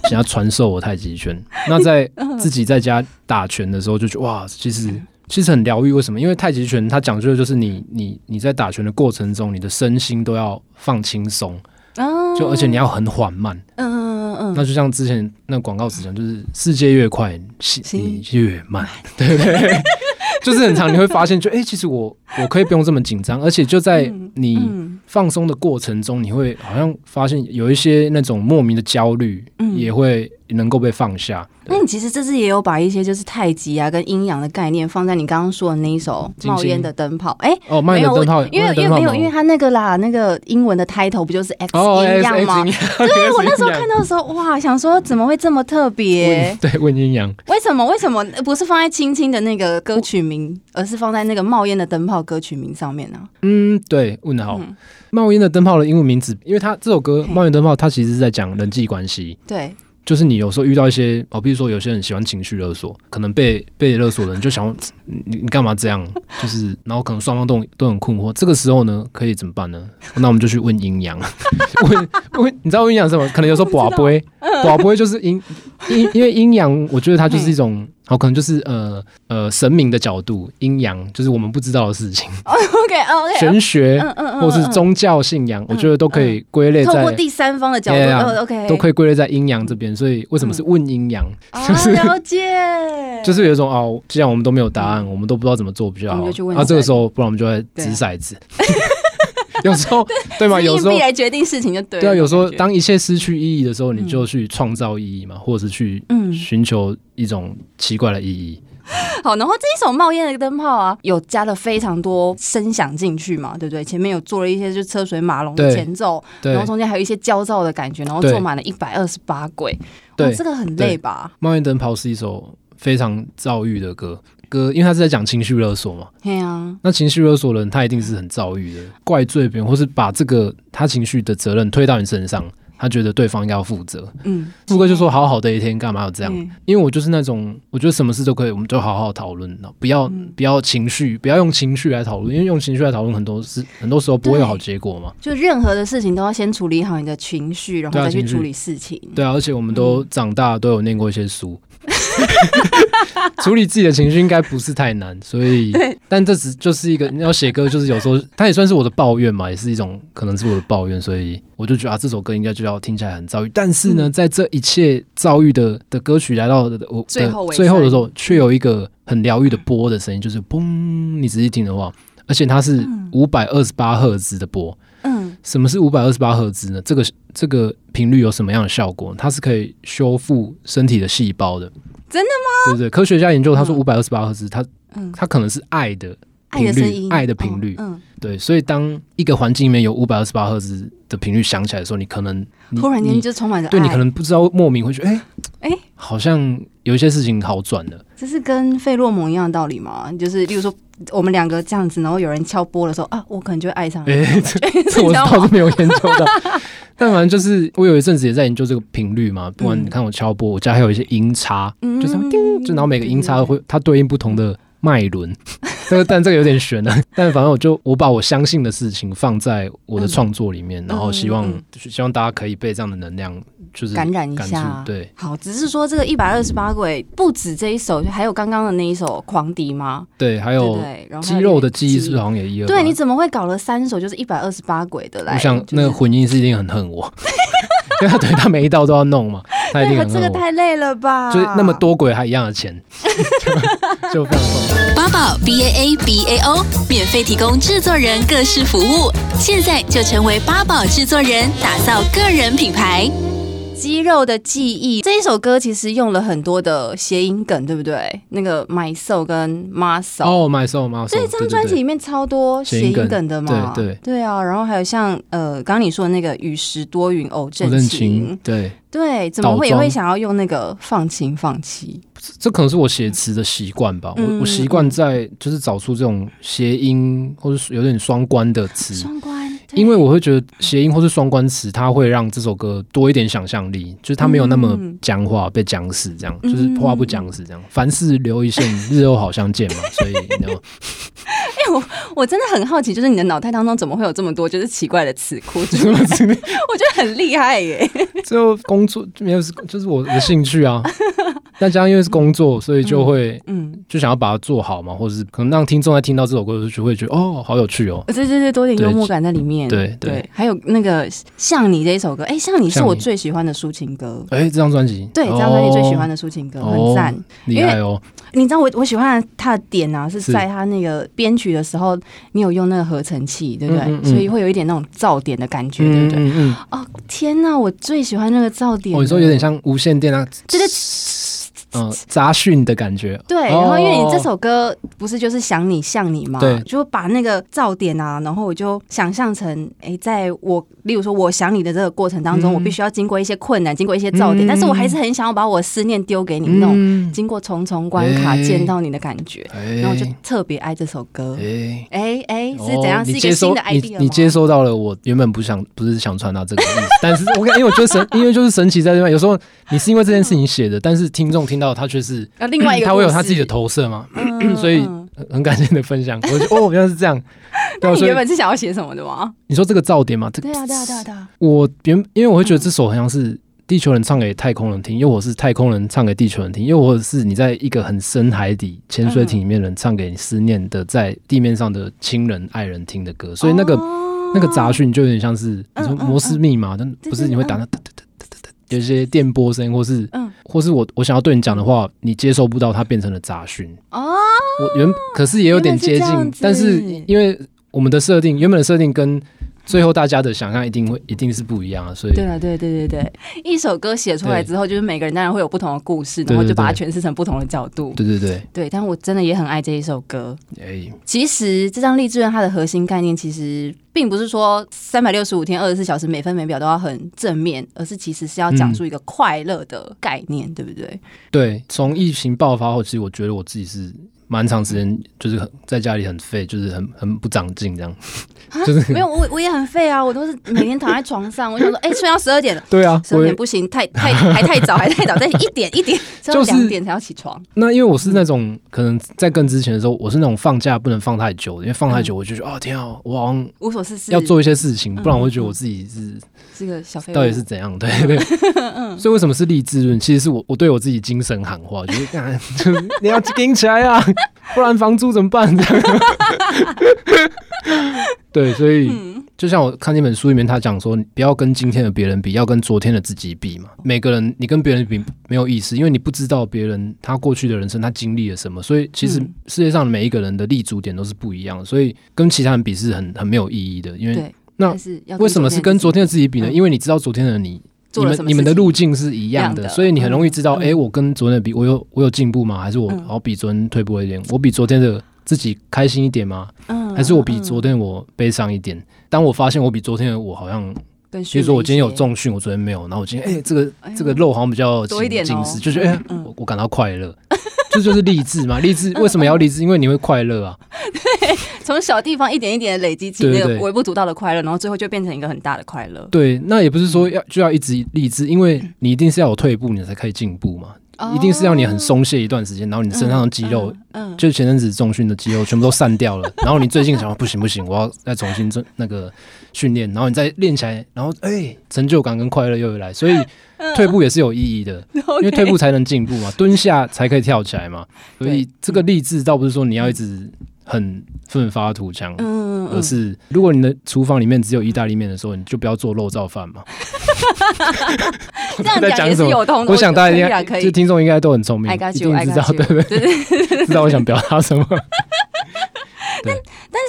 Speaker 5: 想要传授我太极拳。那在自己在家打拳的时候，就觉得哇，其实
Speaker 4: 嗯
Speaker 5: 其实很疗愈。为什么？因为太极拳它讲究的就是你你你在打拳的过程中，你的身心都要放轻松，
Speaker 4: 啊
Speaker 5: 就而且你要很缓慢。
Speaker 4: 嗯嗯嗯
Speaker 5: 那就像之前那广告词讲，就是世界越快，心
Speaker 4: 心
Speaker 5: 你越慢，对 不对？就是很长，你会发现就，诶哎，其实我我可以不用这么紧张，而且就在你
Speaker 4: 嗯
Speaker 5: 放松的过程中，你会好像发现有一些那种莫名的焦虑，
Speaker 4: 嗯
Speaker 5: 也会能够被放下。
Speaker 4: 那你其实这次也有把一些就是太极啊跟阴阳的概念放在你刚刚说的那一首《
Speaker 5: 金星
Speaker 4: 冒烟的灯泡》。哎，
Speaker 5: 哦，慢
Speaker 4: 没
Speaker 5: 的
Speaker 4: 有，我
Speaker 5: 灯泡，
Speaker 4: 因为
Speaker 5: 慢的
Speaker 4: 因为
Speaker 5: 灯泡
Speaker 4: 没有，
Speaker 5: 吗
Speaker 4: 因为他那个啦，那个英文的 title 不就是 X
Speaker 5: 哦，
Speaker 4: 阴阳吗？
Speaker 5: 对
Speaker 4: 对啊我那时候看到的时候，哇，想说怎么会这么特别？
Speaker 5: 对问 阴阳，
Speaker 4: 为什么？为什么不是放在青青的那个歌曲名，而是放在那个冒烟的灯泡歌曲名上面呢、
Speaker 5: 嗯，对，问的好
Speaker 4: 嗯。
Speaker 5: 冒烟的灯泡的英文名字，因为它这首歌
Speaker 4: 嘿
Speaker 5: 《冒烟灯泡》，它其实是在讲人际关系。
Speaker 4: 对，
Speaker 5: 就是你有时候遇到一些哦，比如说有些人喜欢情绪勒索，可能被被勒索的人就想要你你干嘛这样？就是然后可能双方都都很困惑，这个时候呢可以怎么办呢？那我们就去问阴阳， 问问你知道问阴阳是什么？可能有时候寡杯，寡杯就是阴阴，因为阴阳，我觉得它就是一种。
Speaker 4: 嗯
Speaker 5: 好，可能就是呃呃神明的角度，阴阳就是我们不知道的事情，
Speaker 4: OK 哦 OK，
Speaker 5: 玄学
Speaker 4: 嗯嗯嗯，嗯
Speaker 5: 或是宗教信仰，我觉得都可以归类
Speaker 4: 透
Speaker 5: 在
Speaker 4: 过第三方的角度、
Speaker 5: Yeah，
Speaker 4: 哦、，OK，
Speaker 5: 都可以归类在阴阳这边，所以为什么是问阴阳？
Speaker 4: 啊，
Speaker 5: 就是
Speaker 4: 嗯 了解，
Speaker 5: 就是有一种哦，既然我们都没有答案，我们都不知道怎么做比较
Speaker 4: 我
Speaker 5: 好
Speaker 4: 们就去问，
Speaker 5: 那这
Speaker 4: 骰
Speaker 5: 个
Speaker 4: 子
Speaker 5: 时候，不然我们就会掷 骰子。有时候对吗？
Speaker 4: 是
Speaker 5: 有
Speaker 4: 硬
Speaker 5: 时候
Speaker 4: 币来决定事情就对了。
Speaker 5: 对啊，有时候
Speaker 4: 那种感觉
Speaker 5: 当一切失去意义的时候，你就去创造意义嘛，或者是去
Speaker 4: 嗯
Speaker 5: 寻求一种奇怪的意义。
Speaker 4: 好，然后这一首冒烟的灯泡啊，有加了非常多声响进去嘛，对不对？前面有做了一些就车水马龙的
Speaker 5: 对
Speaker 4: 前奏，
Speaker 5: 对
Speaker 4: 然后，中间还有一些焦躁的感觉，然后
Speaker 5: 对
Speaker 4: 做满了一百二十八轨，哇
Speaker 5: 对
Speaker 4: 哦这个很
Speaker 5: 对
Speaker 4: 累吧？
Speaker 5: 冒烟灯泡是一首非常躁郁的歌，歌因为它是在讲情绪勒索嘛。
Speaker 4: 对啊，
Speaker 5: 那情绪勒索的人，他一定是很躁郁的，怪罪别人，或是把这个他情绪的责任推到你身上，他觉得对方应该要负责。
Speaker 4: 嗯，
Speaker 5: 富哥就说：“好好的一天，干嘛要这样？
Speaker 4: 嗯
Speaker 5: 因为我就是那种，我觉得什么事都可以，我们就好好讨论，不要、不要情绪，不要用情绪来讨论，因为用情绪来讨论很多事，很多时候不会有好结果嘛。
Speaker 4: 就任何的事情都要先处理好你的情绪，然后
Speaker 5: 对啊
Speaker 4: 再去
Speaker 5: 情绪
Speaker 4: 处理事情。嗯
Speaker 5: 对啊，而且我们都长大，都有念过一 些书， 处理自己的情绪应该不是太难。所以，但这只就是一个你要写歌，就是有时候它也算是我的抱怨嘛，也是一种可能是我的抱怨，所以我就觉得啊，这首歌应该就要听起来很躁郁。但是
Speaker 4: 嗯
Speaker 5: 呢，在这一切躁郁的的歌曲来到的我的
Speaker 4: 最后尾
Speaker 5: 最后的
Speaker 4: 声
Speaker 5: 时候，却有一个很疗愈的波的声音，就是嘣，你仔细听的话，而且它是五百二十八赫兹的波。
Speaker 4: 嗯，
Speaker 5: 什么是五百二十八赫兹呢？这个这个频率有什么样的效果？它是可以修复身体的细胞的，
Speaker 4: 真的
Speaker 5: 对不对？科学家研究，他说五百二十八赫兹，它
Speaker 4: 嗯
Speaker 5: 它可能是爱的
Speaker 4: 爱的
Speaker 5: 频
Speaker 4: 声
Speaker 5: 率，
Speaker 4: 音，
Speaker 5: 爱的频率，
Speaker 4: 嗯，
Speaker 5: 对。所以当一个环境里面有五百二十八赫兹的频率响起来的时候，你可能
Speaker 4: 嗯
Speaker 5: 你
Speaker 4: 忽然间
Speaker 5: 你
Speaker 4: 就充满着爱。
Speaker 5: 对你可能不知道，莫名会觉得哎
Speaker 4: 哎
Speaker 5: 好像有一些事情好转了。
Speaker 4: 这是跟费洛蒙一样的道理吗？就是例如说，我们两个这样子，然后有人敲波的时候啊，我可能 就会爱上你。
Speaker 5: 哎、这这我倒是没有研究到，但反正就是我有一阵子也在研究这个频率嘛。不管你看我敲波，我家还有一些音叉，
Speaker 4: 嗯
Speaker 5: 就是叮，就然后每个音叉会它对应不同的脉轮。这个但这个有点悬了，啊但反正我就我把我相信的事情放在我的创作里面，然后希望、
Speaker 4: 嗯嗯
Speaker 5: 就是希望大家可以被这样的能量就是
Speaker 4: 感染一
Speaker 5: 感
Speaker 4: 下
Speaker 5: 触对，
Speaker 4: 好，只是说这个一百二十八轨不止这一首，还有刚刚的那一首《狂敌》吗？
Speaker 5: 对，还
Speaker 4: 对
Speaker 5: 有
Speaker 4: 不对，然后还
Speaker 5: 肌
Speaker 4: 有
Speaker 5: 肉的记忆
Speaker 4: 记
Speaker 5: 是不是好像也一二八？
Speaker 4: 对，你怎么会搞了三首就是一百二十八轨的来？
Speaker 5: 我想
Speaker 4: 就是
Speaker 5: 那个混音师一定很恨我， 因为他对他每一道都要弄嘛，他一定
Speaker 4: 对，
Speaker 5: 很
Speaker 4: 这
Speaker 5: 恨
Speaker 4: 个
Speaker 5: 我。
Speaker 4: 太累了吧？
Speaker 5: 就是那么多鬼还一样 的钱，就就非常痛。
Speaker 2: 八宝 B A A B A O 免费提供制作人各式服务，现在就成为八宝制作人，打造个人品牌。
Speaker 4: 肌肉的记忆这一首歌其实用了很多的谐音梗，对不对？那个 my soul 跟 muscle，、
Speaker 5: 哦，My Soul My Soul，
Speaker 4: 这张专辑里面超多谐音梗的嘛，
Speaker 5: 谐音梗对对
Speaker 4: 啊，然后还有像呃，刚刚你说的那个“雨时多云偶
Speaker 5: 对对
Speaker 4: 阵
Speaker 5: 对认
Speaker 4: 晴
Speaker 5: 清，对，”，
Speaker 4: 对，怎么会
Speaker 5: 倒装
Speaker 4: 也会想要用那个“放晴放晴
Speaker 5: 这这可能是我写词的习惯吧。
Speaker 4: 嗯
Speaker 5: 我我习惯在就是找出这种谐音或者有点双关的”词，
Speaker 4: 双关，对
Speaker 5: 嗯因为我会觉得谐音或是双关词，它会让这首歌多一点想象力，就是它没有那么
Speaker 4: 嗯
Speaker 5: 僵化被僵死这样，
Speaker 4: 嗯
Speaker 5: 就是话不僵死这样。凡事留一线， 日后好相见嘛。所以你知道，
Speaker 4: 我真的很好奇，就是你的脑袋当中怎么会有这么多就是奇怪的词库出
Speaker 5: 什
Speaker 4: 来？
Speaker 5: 么之类
Speaker 4: 我觉得很厉害耶，
Speaker 5: 就工作没有，就是我的兴趣 啊。再加上因为是工作，所以就会
Speaker 4: 嗯，
Speaker 5: 就想要把它做好嘛，或者是可能让听众在听到这首歌的时候就会觉得哦，好有趣哦。
Speaker 4: 对对对，多点
Speaker 5: 对
Speaker 4: 幽默感在里面，
Speaker 5: 对对
Speaker 4: 还有那个《像你》这一首歌，哎，《像你》是
Speaker 5: 像
Speaker 4: 我
Speaker 5: 你
Speaker 4: 最喜欢的抒情歌。
Speaker 5: 哎、这张专辑，
Speaker 4: 对，这张专辑最喜欢
Speaker 5: 的，
Speaker 4: 的抒情歌，
Speaker 5: 哦
Speaker 4: 很赞。
Speaker 5: 厉害哦。
Speaker 4: 你知道我我喜欢他的点啊，是
Speaker 5: 是
Speaker 4: 在他那个编曲的时候，你有用那个合成器，对不对？
Speaker 5: 嗯嗯嗯
Speaker 4: 所以会有一点那种噪点的感觉，对不对？
Speaker 5: 嗯嗯
Speaker 4: 哦，天哪，我最喜欢那个噪点
Speaker 5: 嗯，
Speaker 4: 了。
Speaker 5: 哦，你说有点像无线电啊，
Speaker 4: 对对
Speaker 5: 嗯，杂讯的感觉。
Speaker 4: 对，
Speaker 5: 哦
Speaker 4: 然后因为你这首歌不是就是想你像你嘛，
Speaker 5: 对
Speaker 4: 就把那个噪点啊，然后我就想象成，哎，在我例如说我想你的这个过程当中，
Speaker 5: 嗯
Speaker 4: 我必须要经过一些困难，经过一些噪点，
Speaker 5: 嗯
Speaker 4: 但是我还是很想要把我思念丢给你那种。
Speaker 5: 嗯，
Speaker 4: 经过重重关卡
Speaker 5: 哎
Speaker 4: 见到你的感觉，
Speaker 5: 哎
Speaker 4: 然后我就特别爱这首歌。
Speaker 5: 哎。
Speaker 4: 哎哎，是
Speaker 5: 哦
Speaker 4: 怎样？是
Speaker 5: 你
Speaker 4: 一个
Speaker 5: 接收
Speaker 4: 新的
Speaker 5: 你
Speaker 4: idea 吗
Speaker 5: 你接收到了，我原本不想不是想传达这个意思，但是我感因为我觉得神，因为就是神奇在这边，有时候你是因为这件事情写的，但是听众听到他 却是
Speaker 4: 呃另外一个
Speaker 5: 他会有
Speaker 4: 故事
Speaker 5: 他自己的投射嘛，
Speaker 4: 嗯
Speaker 5: 所以
Speaker 4: 嗯
Speaker 5: 很很感谢你的分享，我就哦原来是 这样，
Speaker 4: 那
Speaker 5: 对啊，
Speaker 4: 你
Speaker 5: 所以
Speaker 4: 原本是想要写什么的吗？
Speaker 5: 你说这个噪点嘛，这个
Speaker 4: 对啊，对啊，对啊，对啊。
Speaker 5: 我原因为我会觉得这首好像是地球人唱给太空人听，又或是太空人唱给地球人听，又或者是你在一个很深海底潜
Speaker 4: 嗯
Speaker 5: 水艇里面的人唱给你思念的在地面上的亲人爱人听的歌，所以那个、
Speaker 4: 哦
Speaker 5: 那个杂讯就有点像是你说
Speaker 4: 嗯嗯
Speaker 5: 摩斯密码，但不是你会打到哒哒哒哒哒哒有一些电波声音，或是
Speaker 4: 嗯
Speaker 5: 或是我我想要对你讲的话，你接收不到，它变成了杂讯。
Speaker 4: 哦，
Speaker 5: 我原可是也有点接
Speaker 4: 原来是
Speaker 5: 近，
Speaker 4: 这样
Speaker 5: 但是
Speaker 4: 子
Speaker 5: 因为我们的设定原本的设定跟最后大家的想象一定会一定是不一样啊，所以
Speaker 4: 对啊，对对对对，一首歌写出来之后，就是每个人当然会有不同的故事，然后
Speaker 5: 对对
Speaker 4: 就把它
Speaker 5: 对
Speaker 4: 诠释成不同的角度。
Speaker 5: 对对对，
Speaker 4: 对，但我真的也很爱这一首歌。
Speaker 5: 哎，
Speaker 4: 其实这张励志愿它的核心概念其实并不是说三百六十五天、二十四小时每分每秒都要很正面，而是其实是要讲
Speaker 5: 嗯
Speaker 4: 述一个快乐的概念，对不对？
Speaker 5: 对，从疫情爆发后，其实我觉得我自己是蛮长时间就是很在家里很废，就是很很不长进这样，就是
Speaker 4: 啊没有，我我也很废啊，我都是每天躺在床上， 我想说，哎、睡到十二点了。
Speaker 5: 对啊，
Speaker 4: 十二
Speaker 5: 我
Speaker 4: 点
Speaker 5: 也
Speaker 4: 不行，太太还太早，还太早，再一点一点，只有
Speaker 5: 就是
Speaker 4: 两点才要起床。
Speaker 5: 那因为我是那
Speaker 4: 嗯
Speaker 5: 种可能在更之前的时候，我是那种放假不能放太久的，因为放太
Speaker 4: 嗯
Speaker 5: 久我就觉得哦天啊，我好像
Speaker 4: 无所事事，
Speaker 5: 要做一些事情，
Speaker 4: 嗯
Speaker 5: 不然我会觉得我自己是
Speaker 4: 这个小废物，
Speaker 5: 到底是怎样？对对，
Speaker 4: 嗯
Speaker 5: 所以为什么是励志论？其实是我我对我自己精神喊话，就是干 就是你要顶起来啊，不然房租怎么办？ 这样对，所以
Speaker 4: 嗯
Speaker 5: 就像我看那本书里面，他讲说，你不要跟今天的别人比，要跟昨天的自己比嘛。每个人你跟别人比没有意思，因为你不知道别人他过去的人生他经历了什么，所以其实
Speaker 4: 嗯
Speaker 5: 世界上每一个人的立足点都是不一样的，所以跟其他人比是很很没有意义的，因为
Speaker 4: 对。
Speaker 5: 嗯那
Speaker 4: 但是要
Speaker 5: 为什么是跟昨天的自己比呢？
Speaker 4: 嗯
Speaker 5: 因为你知道昨天的你，
Speaker 4: 做
Speaker 5: 你
Speaker 4: 了什
Speaker 5: 们
Speaker 4: 么
Speaker 5: 你们
Speaker 4: 事
Speaker 5: 的
Speaker 4: 情
Speaker 5: 路径是一样
Speaker 4: 一样
Speaker 5: 的，
Speaker 4: 的
Speaker 5: 所以你很容易知道，
Speaker 4: 嗯
Speaker 5: 哎，我跟昨天的比，我有我有进步吗？还是我
Speaker 4: 嗯
Speaker 5: 我比昨天退步了一点？我比昨天的自己开心一点吗？
Speaker 4: 嗯
Speaker 5: 还是我比昨天我悲伤一点？当我发现我比昨天的我好像，
Speaker 4: 跟
Speaker 5: 比
Speaker 4: 比
Speaker 5: 如说我今天有重训，我昨天没有，然后我今天哎，这个
Speaker 4: 哎呦
Speaker 5: 这个肉好像比较
Speaker 4: 多一点
Speaker 5: 紧
Speaker 4: 哦
Speaker 5: 紧实，就觉得哎
Speaker 4: 嗯，
Speaker 5: 我我感到快乐。这就是励志嘛，励志为什么要 励志？因为你会快乐啊。
Speaker 4: 从小地方一点一点的累积起
Speaker 5: 对
Speaker 4: 那
Speaker 5: 对
Speaker 4: 个
Speaker 5: 对
Speaker 4: 微不足道的快乐，然后最后就变成一个很大的快乐。
Speaker 5: 对，那也不是
Speaker 4: 嗯
Speaker 5: 说要就要一直励志，因为你一定是要有退步，你才可以进步嘛。一定是要你很松懈一段时间，然后你身上的肌肉，
Speaker 4: 哦嗯，嗯，
Speaker 5: 就前阵子重训的肌肉全部都散掉了，然后你最近想不行不行，我要再重新做那个训练，然后你再练起来，然后哎、成就感跟快乐又会来，所以
Speaker 4: 嗯
Speaker 5: 退步也是有意义 的，因为退步才能进步嘛，蹲下才可以跳起来嘛，所以
Speaker 4: 对
Speaker 5: 这个励志倒不是说你要一直很奋发图强，
Speaker 4: 嗯，嗯
Speaker 5: 而是如果你的厨房里面只有意大利面的时候，你就不要做肉燥饭嘛。
Speaker 4: 这样
Speaker 5: 在
Speaker 4: 讲
Speaker 5: 讲
Speaker 4: 也
Speaker 5: 什
Speaker 4: 是
Speaker 5: 么
Speaker 4: 有通的。
Speaker 5: 我想大家
Speaker 4: 可以
Speaker 5: 应
Speaker 4: 啊
Speaker 5: 该，
Speaker 4: 可
Speaker 5: 就
Speaker 4: 以。
Speaker 5: 听众应该都很聪明，
Speaker 4: I
Speaker 5: 一
Speaker 4: got
Speaker 5: 定
Speaker 4: you, I
Speaker 5: 知道
Speaker 4: got
Speaker 5: 对
Speaker 4: you，
Speaker 5: 不对？
Speaker 4: 对对。
Speaker 5: 知道我想表达什么。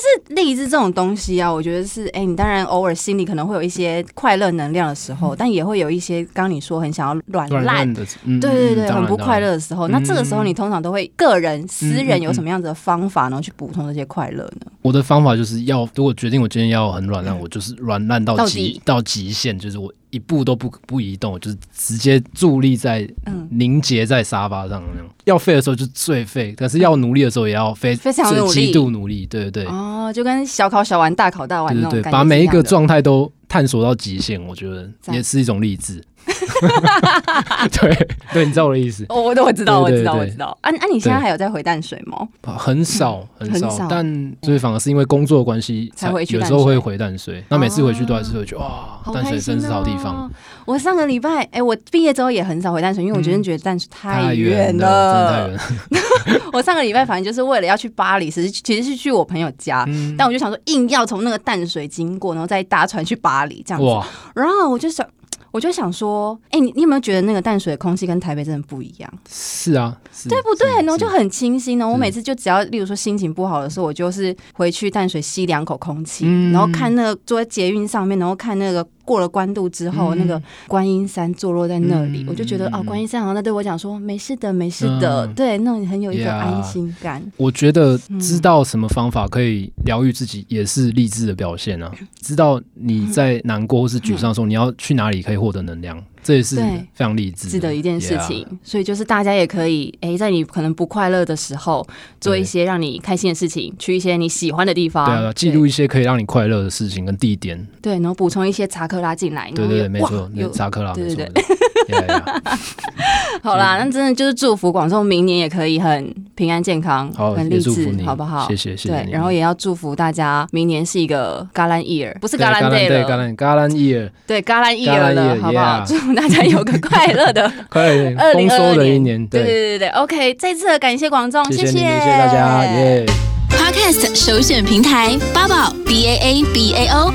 Speaker 4: 是励志这种东西啊，我觉得是，哎、你当然偶尔心里可能会有一些快乐能量的时候，但也会有一些，刚刚你说很想要软
Speaker 5: 嗯软
Speaker 4: 烂
Speaker 5: 烂。的，嗯，
Speaker 4: 对对
Speaker 5: 嗯
Speaker 4: 对，
Speaker 5: 当然
Speaker 4: 很不快乐
Speaker 5: 当然嗯
Speaker 4: 的时候，那这个时候你通常都会个人、私人有什么样子的方法，然后去补充这些快乐呢？
Speaker 5: 我的方法就是要，如果决定我今天要很软烂，我就是软烂到
Speaker 4: 嗯到
Speaker 5: 极
Speaker 4: 底
Speaker 5: 到极限，就是我一步都不不移动，我就是直接伫立在
Speaker 4: 嗯，
Speaker 5: 凝结在沙发上那样。要废的时候就最废，但是要努力的时候也要非
Speaker 4: 非常
Speaker 5: 最
Speaker 4: 努力
Speaker 5: 极度努力，对对对，
Speaker 4: 哦，就跟小考小玩、大考大玩那
Speaker 5: 对
Speaker 4: 种
Speaker 5: 对
Speaker 4: 感
Speaker 5: 对，
Speaker 4: 觉，
Speaker 5: 把每一个。状态都探索到极限，我觉得
Speaker 4: 赞
Speaker 5: 也是一种励志。 对对，你知道我的意思。
Speaker 4: 哦，我都我知道，我
Speaker 5: 对对
Speaker 4: 知道，
Speaker 5: 对
Speaker 4: 我知道。啊，那、你现在
Speaker 5: 对
Speaker 4: 还有在回淡水吗？
Speaker 5: 很少很
Speaker 4: 嗯很
Speaker 5: 少，
Speaker 4: 少
Speaker 5: 但就是反而是因为工作的关系
Speaker 4: 才回去
Speaker 5: 有
Speaker 4: 淡
Speaker 5: 时候
Speaker 4: 水哦
Speaker 5: 会回淡水。那每次回去都还是会觉得哇，
Speaker 4: 好
Speaker 5: 淡
Speaker 4: 开
Speaker 5: 水
Speaker 4: 心
Speaker 5: 真是好地
Speaker 4: 哦
Speaker 5: 方，。
Speaker 4: 我上个礼拜，哎、我毕业之后也很少回淡水，因为我真的觉得淡水太
Speaker 5: 嗯远
Speaker 4: 远
Speaker 5: 了，真的太远了。
Speaker 4: 我上个礼拜反正就是为了要去巴黎，其实其实是去我朋友家，
Speaker 5: 嗯
Speaker 4: 但我就想说硬要从那个淡水经过，然后再搭船去巴黎这样子。
Speaker 5: 哇，
Speaker 4: 然后我就想，我就想说，哎、你你有没有觉得那个淡水的空气跟台北真的不一样？
Speaker 5: 是啊，是
Speaker 4: 对不对？
Speaker 5: 是
Speaker 4: 然后
Speaker 5: 是
Speaker 4: 就很清新呢。我
Speaker 5: 是
Speaker 4: 每次就只要，例如说心情不好的时候，我就是回去淡水吸两口空气，
Speaker 5: 嗯
Speaker 4: 然后看那个坐在捷运上面，然后看那个过了关渡之后，
Speaker 5: 嗯
Speaker 4: 那个观音山坐落在那里，
Speaker 5: 嗯
Speaker 4: 我就觉得哦，观音山好像在对我讲说没事的，没事的，
Speaker 5: 嗯
Speaker 4: 对，那种很有一个
Speaker 5: Yeah
Speaker 4: 安心感。
Speaker 5: 我觉得知道什么方法可以疗愈自己，也是励志的表 现啊。知道你在难过或是沮丧的时候，你要去哪里可以获得能量，这也是
Speaker 4: 对
Speaker 5: 非常励志
Speaker 4: 值得一件事情。所以就是大家也可以，哎、在你可能不快乐的时候，做一些让你开心的事情，去一些你喜欢的地方，
Speaker 5: Yeah，对啊，对啊记录一些可以让你快乐的事情跟地点。
Speaker 4: 对，然后补充一些查克拉进来，
Speaker 5: 对
Speaker 4: 然后
Speaker 5: 对
Speaker 4: 也
Speaker 5: 对，没
Speaker 4: 哇
Speaker 5: 错，
Speaker 4: 有
Speaker 5: 那查克拉，
Speaker 4: 对
Speaker 5: 没错
Speaker 4: 对。
Speaker 5: 对 Yeah，yeah
Speaker 4: 好啦，
Speaker 5: 嗯
Speaker 4: 那真的就是祝福广众明年也可以很平安健康，
Speaker 5: 好，
Speaker 4: 很
Speaker 5: 也
Speaker 4: 励
Speaker 5: 祝福
Speaker 4: 志
Speaker 5: 你，，
Speaker 4: 好不好？
Speaker 5: 谢谢，谢谢
Speaker 4: 对
Speaker 5: 你。，
Speaker 4: 然后也要祝福大家，明年是一个嘎兰 year，不是
Speaker 5: 对
Speaker 4: 嘎兰 day
Speaker 5: 对，橄
Speaker 4: 了，
Speaker 5: 榄橄榄叶，
Speaker 4: 对嘎兰 year
Speaker 5: Galan
Speaker 4: 了，
Speaker 5: year，
Speaker 4: 好不好？
Speaker 5: yeah
Speaker 4: 祝福大家有个快乐的
Speaker 5: 快点
Speaker 4: 二
Speaker 5: 丰
Speaker 4: 零二
Speaker 5: 收
Speaker 4: 二
Speaker 5: 的一
Speaker 4: 年。
Speaker 5: 年，
Speaker 4: 对对对对对，OK，再次的感谢广众，
Speaker 5: 谢
Speaker 4: 谢
Speaker 5: 你们，谢谢大家，耶。
Speaker 2: Podcast 首选平台八宝 B A A B A O，